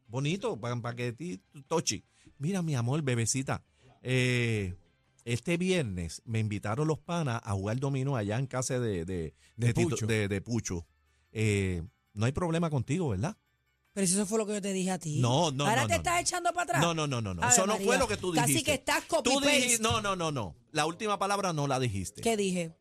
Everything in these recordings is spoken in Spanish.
bonito, para que ti tochi. Mira, mi amor, bebecita, eh, este viernes me invitaron los panas a jugar dominó allá en casa de, de, De de Tito- Pucho. de- de Pucho. Eh, no hay problema contigo, ¿verdad? Pero si eso fue lo que yo te dije a ti. No, no, Ahora no, te no, estás no. echando para atrás. No, no, no, no, no. Ave Eso no María. fue lo que tú dijiste. Casi que estás Tú copy-paste. dijiste- No, no, no, no. La última palabra no la dijiste. ¿Qué dije?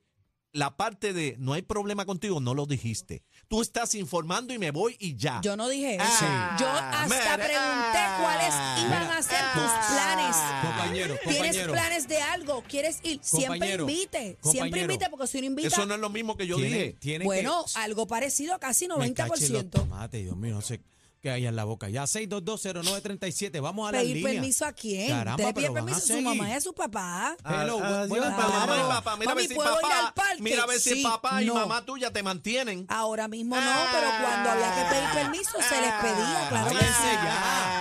La parte de no hay problema contigo no lo dijiste. Tú estás informando y me voy y ya. Yo no dije eso. Ah, Yo hasta mira, pregunté ah, cuáles iban mira, a ser ah, tus planes. Compañero, ¿Tienes compañero. planes de algo? ¿Quieres ir? Siempre Compañero, invite. Siempre compañero. invite porque si no invita. Eso no es lo mismo que yo Tiene- dije. tiene bueno, que- algo parecido a casi Me cachen los 90%. tomates, Dios mío, no sé qué hay en la boca. Ya 6220937, vamos a la ¿Pedir línea. permiso a quién? Caramba, ¿Ustedes piden pero van a permiso a su seguir. mamá y a su papá? Ah. Hello, bu- Adiós, buenas papá, tardes. mamá y papá. Mira a Mami, ver si ¿puedo ir al papá, parque? mira a ver si Sí, papá y no. mamá tuya te mantienen. Ahora mismo no, pero cuando había que Ah. pedir permiso se les pedía, claro que váyanse sí. ya.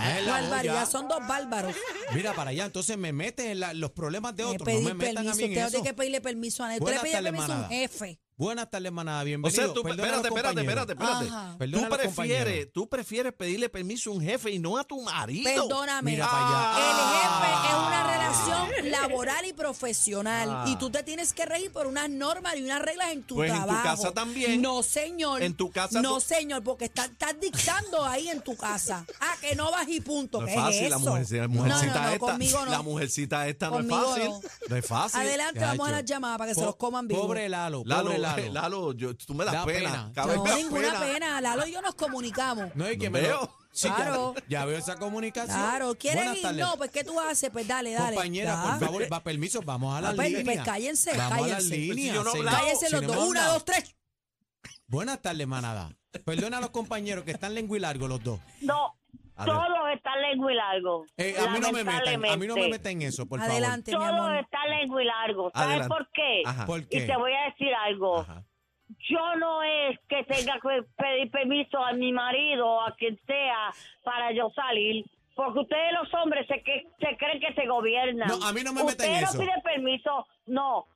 Ay, la olla. Barbaridad, son dos bárbaros. Mira para allá, entonces me metes en la- los problemas de Que otros, no me pedir metan permiso, a mí en usted no eso. tiene que pedirle permiso a nadie. Usted le Buenas pide tardes, permiso a un manada. jefe. Buenas tardes, manada, O bienvenido. sea, tú, Perdona a los espérate, espérate, espérate, compañeros. espérate. Ajá. Perdona a Tú los prefieres, compañeros. tú prefieres pedirle permiso a un jefe y no a tu marido. Perdóname. Mira para allá. El jefe es una Ah. relación laboral y profesional. Ah. Y tú te tienes que reír por unas normas y unas reglas en tu Pues en tu trabajo. casa también. No, señor. En tu casa No, tú- señor, porque está- estás dictando ahí en tu casa. Ah, que no vas y punto. No ¿Qué es fácil, eso? la mujercita, la mujercita no, no, no, esta. conmigo no. La mujercita esta Conmigo no es fácil. no. No es fácil. Adelante, vamos a las llamadas para que se los coman vivos. Pobre Lalo, Lalo, pobre Lalo. eh, Lalo. Lalo, yo- tú me das Da pena. pena. Cada vez No, me das ninguna pena. Lalo y yo nos comunicamos. No, y que No me veo. lo- Sí, ya- Claro. ya, veo esa comunicación. Claro, ¿quieren Buenas ir? tardes. No, pues ¿qué tú haces? Pues dale, dale. Compañera, Ya. por favor, va permiso, vamos a la Pues, línea. pues, cállense, vamos a la cállense. línea. Pues, si yo no he señor. hablado. Cállense los Si no dos. hemos Una, hablado. dos, tres. Buenas tardes, manada. Perdona a los compañeros que están lengua y largo los dos. No, A ver. todos están lengua y largo. Eh, a mí no me metan, a mí no me lamentablemente. meten en eso, por Adelante, mi Todos amor. están lengua y largo. ¿Sabes Adelante. por qué? Ajá. favor. ¿Por Y qué? te voy a decir algo. Ajá. Yo no es que tenga que pedir permiso a mi marido o a quien sea para yo salir. Porque ustedes los hombres se, que, se creen que se gobiernan. No, a mí no me meten Ustedes eso. no piden permiso. No.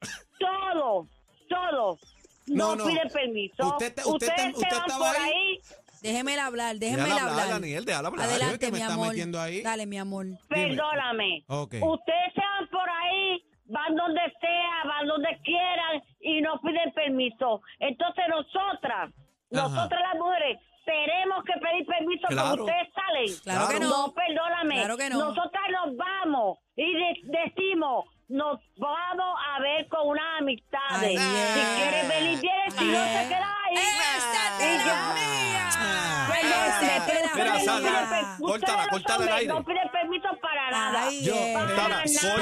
Todo, todo. No, No, no. piden permiso. Usted está- usted está- ustedes usted se van estaba por ahí. ahí Déjemela hablar, déjemela Déjala hablar, hablar. Daniel, déjala hablar. Creo que Adelante, me mi está amor. metiendo ahí. Dale, mi amor. Dime. Perdóname. Ok. Ustedes se van por ahí, van donde sea, van donde quieran y no piden permiso. Entonces nosotras, nosotras las mujeres, tenemos que pedir permiso Claro. cuando ustedes salen. Claro que no. perdóname. Claro que no. Nosotras nos vamos y de- decimos, nos vamos a ver con unas amistades. Ay, Si quieres venir, vienes. Si no, Ay. te quedas ahí. pues, ¡Esa Y es la ya. mía! Perdóname, ¡Esa pero es la Sandra, ustedes no piden per- mía! Sandra. ustedes córtala, los córtala al hombres aire. No piden permiso para nada. Ahí Yo, es. Cortala, Ay, córtala.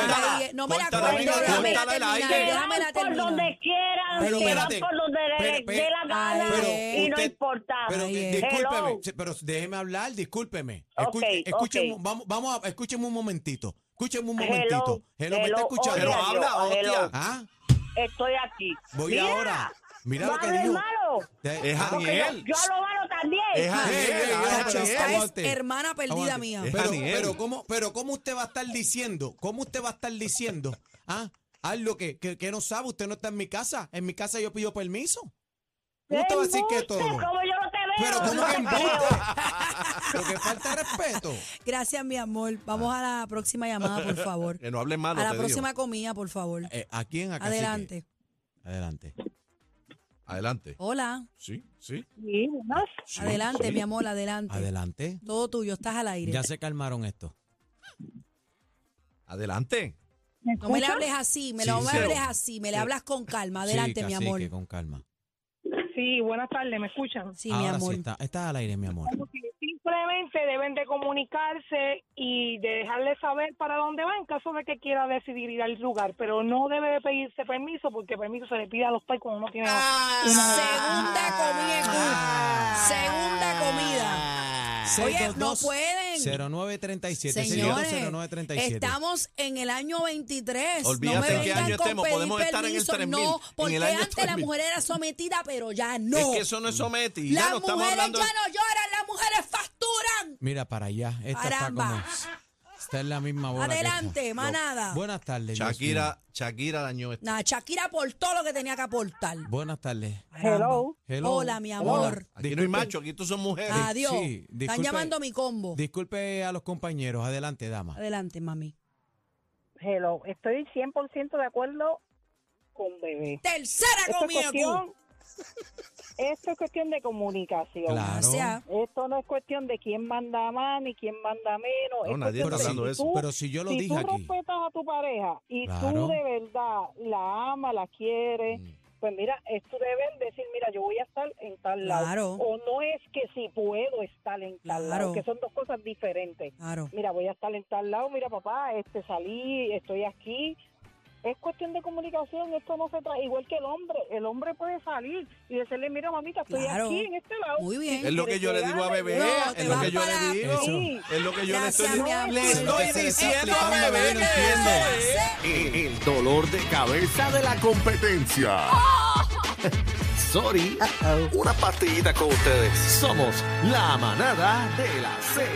no me la Córtala, cortes, mira, déjame córtala el terminar, aire. Se déjame la van por termino. donde quieran, Pero se van espérate, por donde pero- les pero- dé la gana Ay, y no usted- importa. Pero Ay, eh, es. discúlpeme, Hello. se- pero déjeme hablar, discúlpeme. Ok, Escuche- escuchen- ok. vamos, vamos a, escúcheme un momentito. Escúcheme un momentito. Hello, me está hello, escuchando. oiga, Pero yo, habla, hello. hostia. Ah, Estoy aquí. voy Mira, ahora. Mira no lo que hables dijo. malo. Te- Es ah, Porque yo, Daniel. yo hablo malo también. Es Ey, ey, Daniel, ey, Daniel. Esta aguante, es aguante. hermana perdida Aguante. Eh. mía. Es Pero, Daniel. pero, ¿cómo, pero ¿cómo usted va a estar diciendo? ¿Cómo usted va a estar diciendo? Ah, algo que, que, que no sabe, usted no está en mi casa. En mi casa yo pido permiso. ¿Cómo usted va a decir que Embuste, todo? Como yo no te veo. Pero ¿cómo no que te embuste? creo. Lo que falta de respeto. Gracias, mi amor. Vamos a la próxima llamada, por favor. Que no hablen malo, A la te digo. próxima comida, por favor. Eh, ¿A quién? A Cacique. Adelante. Adelante. Adelante. Hola. Sí, sí. Sí, no sé. sí, Adelante, sí. mi amor, adelante. Adelante. Todo tuyo, estás al aire. Ya se calmaron esto. Adelante. No me le hables así, me Sí, lo no me sí. hables así, me le hablas con calma. Adelante, Sí, mi cacique, amor. con calma. Sí, buenas tardes, ¿me escuchan? Sí, mi Ahora amor. sí está, estás al aire, mi amor. Simplemente deben de comunicarse y de dejarle saber para dónde va en caso de que quiera decidir ir al lugar, pero no debe de pedirse permiso porque permiso se le pide a los pais cuando uno tiene... Segunda comida. Gus. Segunda comida. Oye, no 622-0937, pueden. 0937. Señores, 0937. estamos en el año 23. no Olvídate me en qué vengan año con estemos, pedir podemos estar en el permiso, 3000, No, en el porque año antes la 3000. mujer era sometida, pero ya no. Es que eso no es someti. las ya no estamos mujeres hablando. de- ya no lloran, las mujeres facturan. Mira para allá. Esta Caramba. está como. Está en la misma bola. que Adelante, esta. manada. Buenas tardes. Dios mío. Shakira, Shakira dañó esto. Nah, Shakira aportó lo que tenía que aportar. Buenas tardes. Caramba. Hello. Hello. Hola, mi amor. Aquí no hay Disculpe. macho, aquí tú son mujeres. Adiós. Sí, disculpe. Están llamando a mi combo. Disculpe a los compañeros. Adelante, dama. Adelante, mami. Hello, estoy 100% de acuerdo con bebé. Tercera comida. Gus. esto es cuestión de comunicación. Claro. Gracias. Esto no es cuestión de quién manda más ni quién manda menos. No, es nadie cuestión está de hablando si de eso. tú- Pero si yo lo si dije tú aquí. respetas a tu pareja y Claro. tú de verdad la amas, la quieres, Mm. pues mira, es tu deber decir, mira, yo voy a estar en tal lado. Claro. O no es que si puedo estar en tal Claro. lado, que son dos cosas diferentes. Claro. Mira, voy a estar en tal lado, mira papá, este salí, estoy aquí. Es cuestión de comunicación, esto no se trae igual que el hombre. El hombre puede salir y decirle, mira mamita, estoy Claro. aquí en este lado. Muy bien. Es lo que yo le digo a bebé. No, te es lo vas que yo para- le digo. Eso. Es lo que yo Gracias, le estoy mi diciendo. amor. Le Lo que estoy se diciendo explica, a bebé, no bebé. entiende. El dolor de cabeza de la competencia. Sorry. Una partidita con ustedes. Somos la manada de la Z.